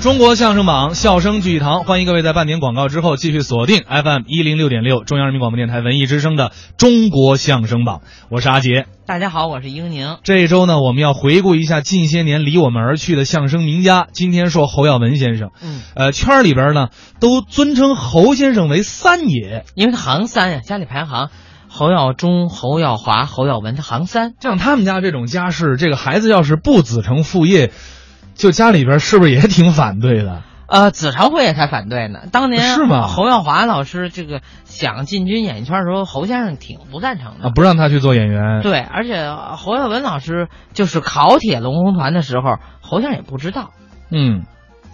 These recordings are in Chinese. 中国相声榜，笑声聚一堂，欢迎各位在半点广告之后继续锁定 FM 一零六点六，中央人民广播电台文艺之声的《中国相声榜》，我是阿杰。大家好，我是英宁。这一周呢，我们要回顾一下近些年离我们而去的相声名家。今天说侯耀文先生，嗯，呃，圈儿里边呢都尊称侯先生为三爷，因为他行三呀，家里排行，侯耀中、侯耀华、侯耀文，他行三。像他们家这种家世，这个孩子要是不子承父业，就家里边是不是也挺反对的？呃，子朝晖也才反对呢。当年是吗侯耀华老师这个想进军演艺圈的时候，侯先生挺不赞成的。啊，不让他去做演员，对，而且呃侯耀文老师就是考铁龙红团的时候，侯先生也不知道，嗯，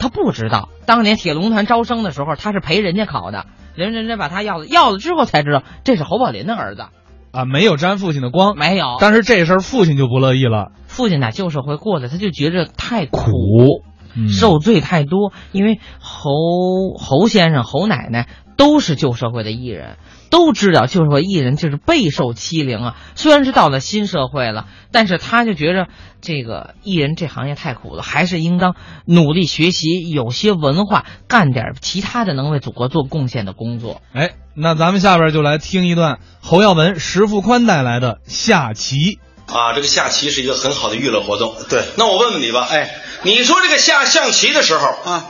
他不知道当年铁龙红团招生的时候，他是陪人家考的，人人家把他要了，要了之后才知道这是侯宝林的儿子，啊，没有沾父亲的光。没有。但是这事儿父亲就不乐意了，父亲打旧社会过来，他就觉着太苦苦，嗯受罪太多，因为侯侯先生、侯奶奶都是旧社会的艺人，都知道旧社会艺人就是备受欺凌啊。虽然是到了新社会了，但是他就觉着这个艺人这行业太苦了，还是应当努力学习，有些文化，干点其他的能为祖国做贡献的工作。哎，那咱们下边就来听一段侯耀文、石富宽带来的下棋。啊，这个下棋是一个很好的娱乐活动。对那我问问你吧，哎，你说这个下象棋的时候，啊，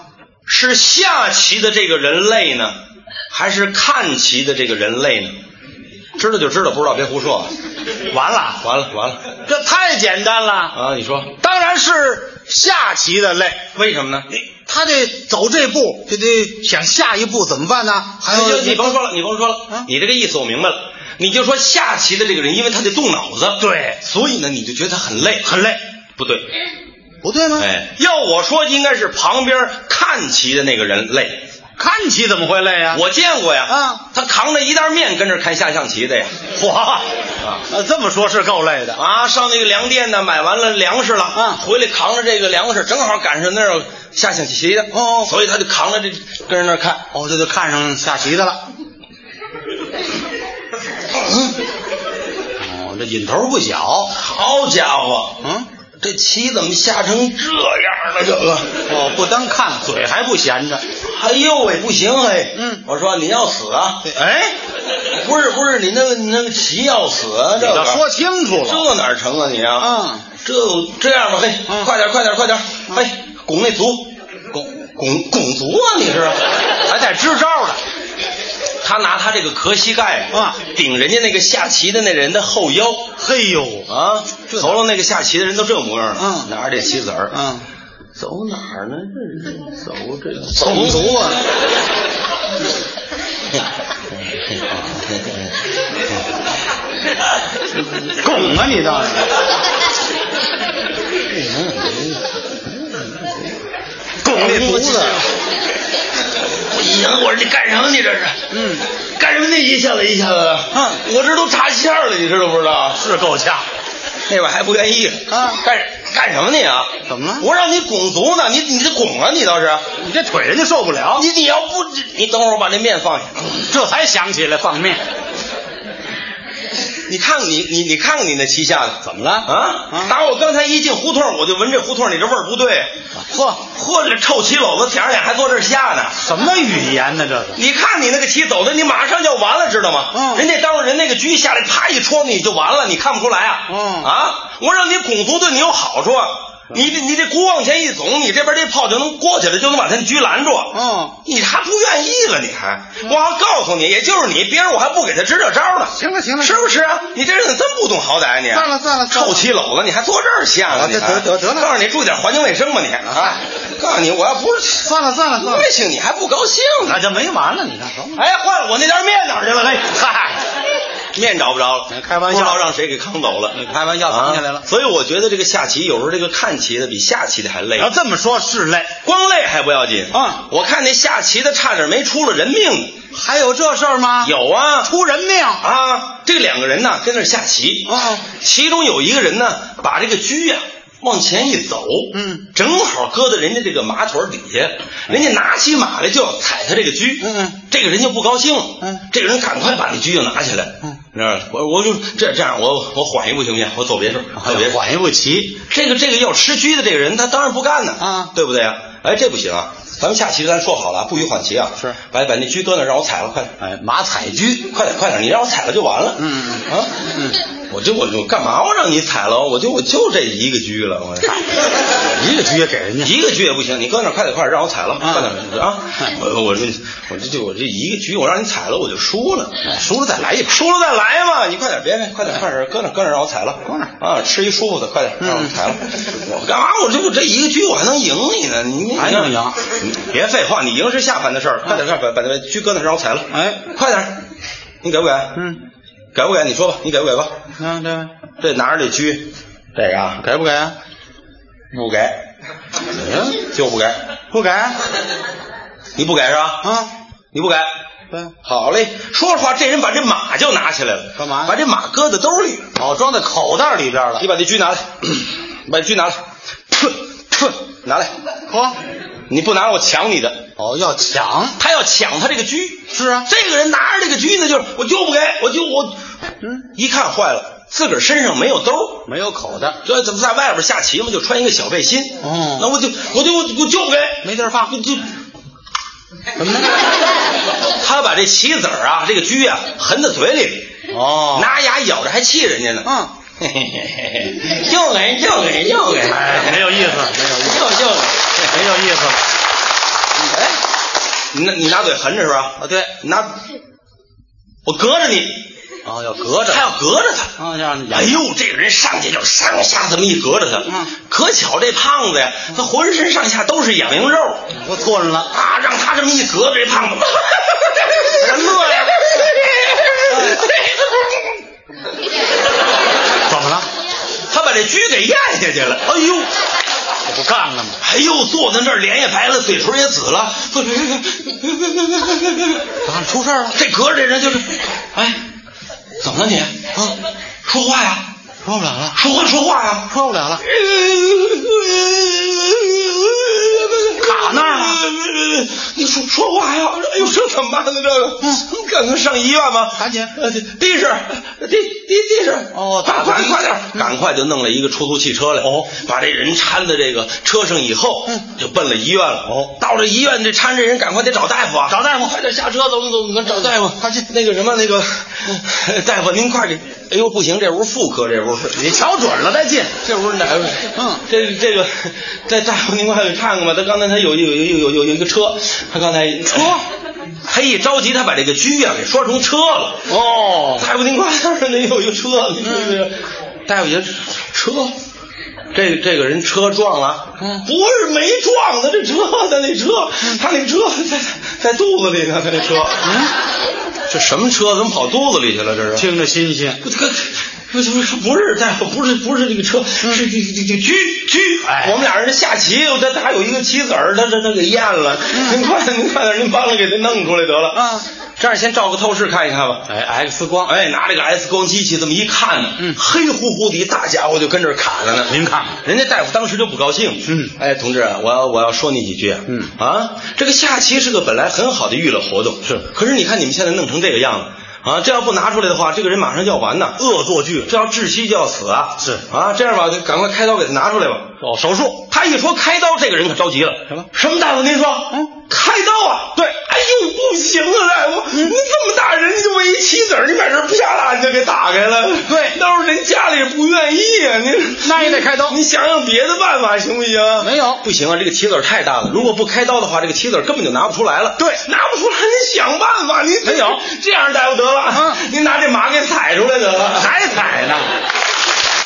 是下棋的这个人累呢，还是看棋的这个人累呢？知道就知道，不知道别胡说。啊完了，完了完了这太简单了，啊！你说当然是下棋的累。为什么呢？你他得走这步，就得想下一步怎么办呢？还哎有你甭说了，你甭说了，啊你这个意思我明白了。你就说下棋的这个人，因为他得动脑子，对所以呢，你就觉得他很累，很累。不对，不对吗？哎，要我说，应该是旁边看棋的那个人累。看棋怎么会累啊？我见过呀，啊，他扛着一袋面跟这儿看下象棋的 呀，我啊，这么说是够累的啊。啊，上那个粮店呢，买完了粮食了，啊回来扛着这个粮食，正好赶上那儿有下象棋的，哦哦所以他就扛着这跟人那儿看，哦，这就看上下棋的了。 嗯，哦，这瘾头不小。好家伙，嗯，这棋怎么下成这样了？这个，哦，不单看，嘴还不闲着。哎呦喂，不行嘿，嗯我说你要死啊，哎，不是不是，你那个你那个棋要死啊，你这倒个说清楚了。这哪成啊你啊？嗯这这样吧，嘿，嗯快点，快点，快点，嗯嘿，拱那卒，拱拱拱卒啊！你是， 还带支招的。他拿他这个壳膝盖啊顶人家那个下棋的那人的后腰嘿呦，啊，头了那个下棋的人都这模样了，嗯拿着这棋子儿，嗯，走哪儿呢？这是走这走不足啊！拱啊你倒是！拱那犊子！不行，我说你干什么？你这是？嗯，干什么？那一下子一下子的，嗯我这都插线了，你知道不知道？是够呛。那边还不愿意啊干干什么你啊？怎么了我让你拱足呢，你你这拱啊，你倒是，你这腿人家受不了，你你要不，你等会儿我把那面放下。这才想起来放面。你看看你你你看看你那旗下的怎么了啊啊？打我刚才一进胡同，我就闻这胡同里这味儿不对。嚯，嚯，这臭棋篓子舔着脸还坐这儿下呢。什么语言呢？这是？你看你那个棋走的，你马上就完了，知道吗？嗯人家当着人那个局下来，啪一戳你就完了，你看不出来啊？嗯啊，我让你拱足对你有好处，啊，你这你这鼓往前一耸，你这边这炮就能过去了，就能把他那狙拦住。嗯，你还不愿意了？你还，我还告诉你，也就是你，别人我还不给他支这招呢。行了行了是不是啊？你这人怎么真不懂好歹啊你？算了算了算了臭棋篓子，你还坐这儿下呢？啊你得还得得得了告诉你，注意点环境卫生吧，你啊！告诉你，我要不是算了算了算了高，兴，你还不高兴呢？那就没完了。你看，走吧哎，坏了，我那袋面哪儿去了？嘿，嗨，哎面找不着了，开玩笑不知道让谁给扛走了。你开玩笑藏起来了啊所以我觉得这个下棋有时候这个看棋的比下棋的还累，要这么说，是累。光累还不要紧啊我看那下棋的差点没出了人命呢。还有这事儿吗？有啊，出人命啊！哦啊，这两个人呢跟那儿下棋，其中有一个人呢把这个车呀、往前一走，嗯，正好搁在人家这个马腿底下，人家拿起马来就要踩他这个车，嗯嗯，这个人就不高兴，嗯这个人赶快把那车就拿起来，嗯，那我我就这这样，我我缓一步行不行？我走别处，走别处。啊缓一步棋，这个这个要吃车的这个人，他当然不干呢，啊对不对啊？哎，这不行啊！咱们下棋咱说好了，不许缓棋啊！是把把那车搁那儿让我踩了，快点！哎，马彩驹，快点快点，你让我踩了就完了。嗯啊，嗯，我就我就干嘛我让你踩了？我就我就这一个车了，我 一个局也给人家，一个局也不行，你搁那儿快点快点让我踩了，啊快点啊！我我这我这就我这一个局我让你踩了我就输了，输了再来一把。输了再来嘛！你快点别别快点快点搁那儿搁那儿让我踩了，搁那儿啊！吃一舒服的快点让我嗯踩了，我干嘛我这我这一个局我还能赢你呢？你还能赢你别废话，你赢是下盘的事儿，快点快点把把把车搁那儿让我踩了，哎快点，你给不给？嗯，给不给？你说吧，你给不给吧？看这位这拿着这狙，这个啊，给不给啊？不给，嗯，就不给，不给你不给是吧？啊？你不给，对，好嘞。说实话，这人把这马就拿起来了，干嘛呀把这马搁在兜里。哦，装在口袋里边了你。把这狙拿来， 把这狙拿来，哼哼，拿来。嚯，你不拿来，我抢你的。哦，要抢他要抢他这个狙，是啊，这个人拿着这个狙呢，就是我就不给，我就我，嗯，一看坏了，自个儿身上没有兜。没有口袋，这怎么在外边下棋嘛，就穿一个小背心。哦那我就我就我就我就不给，没地儿放，我就怎么的？他把这棋子儿啊，这个狙啊，含在嘴里，哦，拿牙咬着还气人家呢。嗯，嘿嘿嘿嘿，又给又给又给，哎，没有意思，没有意思，又又给。没有意思。哎，你拿你拿嘴含着是吧？啊，对，你拿，我隔着你，哦，要隔着他，要隔着他。啊，要哎呦，这人上去就上下这么一隔着他，嗯可巧这胖子呀，他浑身上下都是痒痒肉，嗯我寸了，啊，让他这么一隔着，这胖子，人乐呀哎怎哎么了？他把这狙给咽下去了。哎呦，我不干了吗？哎呦，坐在那儿脸也白了，嘴唇也紫了。怎么啊出事儿了？这隔着这人就是，哎，怎么了你？啊，说话呀，说不了了，说话说话呀。说不了了。卡那儿了，你说说话呀？哎呦，这怎么办呢？这个，赶快上医院吧，嗯赶紧呃，的士，的的的士，哦赶快打的快点儿，赶快就弄了一个出租汽车来，哦，把这人搀在这个车上以后，嗯，就奔了医院了。哦，到了医院，这搀着人赶快得找大夫啊，找大夫快点下车，走走走，赶找大夫，快去那个什么那个，大夫您快给，哎呦不行，这屋妇科这屋是，你瞧准了再进。这不是哪位？嗯这这个，这大夫您快给看看吧。他刚才他有有有有有有有一个车，他刚才车，他一着急，他把这个车呀给拴成车了。哦，大夫您快点儿，那有一个车，您这个嗯大夫一车。这这个人车撞了，嗯嗯不是没撞他这车，他那车，他那车在在肚子里呢，他那车，这什么车？怎么跑肚子里去了？这是听着新鲜。不不不不是大夫，不是不是这个车，是这这这车车。哎嗯我们俩人下棋，他他有一个棋子儿，他他他给咽了。您快点，您快点，您帮着给他弄出来得了。啊，这样先照个透视看一看吧。哎，X 光，嗯哎，拿这个 X 光机器这么一看呢，嗯黑乎乎的一大家伙就跟这儿砍了呢。您看看人家大夫当时就不高兴。嗯哎，同志，我要我要说你几句。嗯啊，这个下棋是个本来很好的娱乐活动，是可是你看你们现在弄成这个样子啊，这要不拿出来的话，这个人马上就要完呐，恶作剧这要窒息就要死啊。是啊，这样吧，就赶快开刀给他拿出来吧。哦，手术他一说开刀，这个人可着急了。什么什么大夫？您说，嗯，开刀啊？对，哎呦，不行啊，大夫，你这么大人，你就为一棋子儿，你把这啪啦你就给打开了。嗯对到时候人家里也不愿意啊，你那也得开刀你想想别的办法行不行？没有不行啊，这个棋子儿太大了，如果不开刀的话，这个棋子儿根本就拿不出来了。对拿不出来，你想办法。你没有这样，大夫得了，嗯您拿这马给踩出来得了，还踩呢？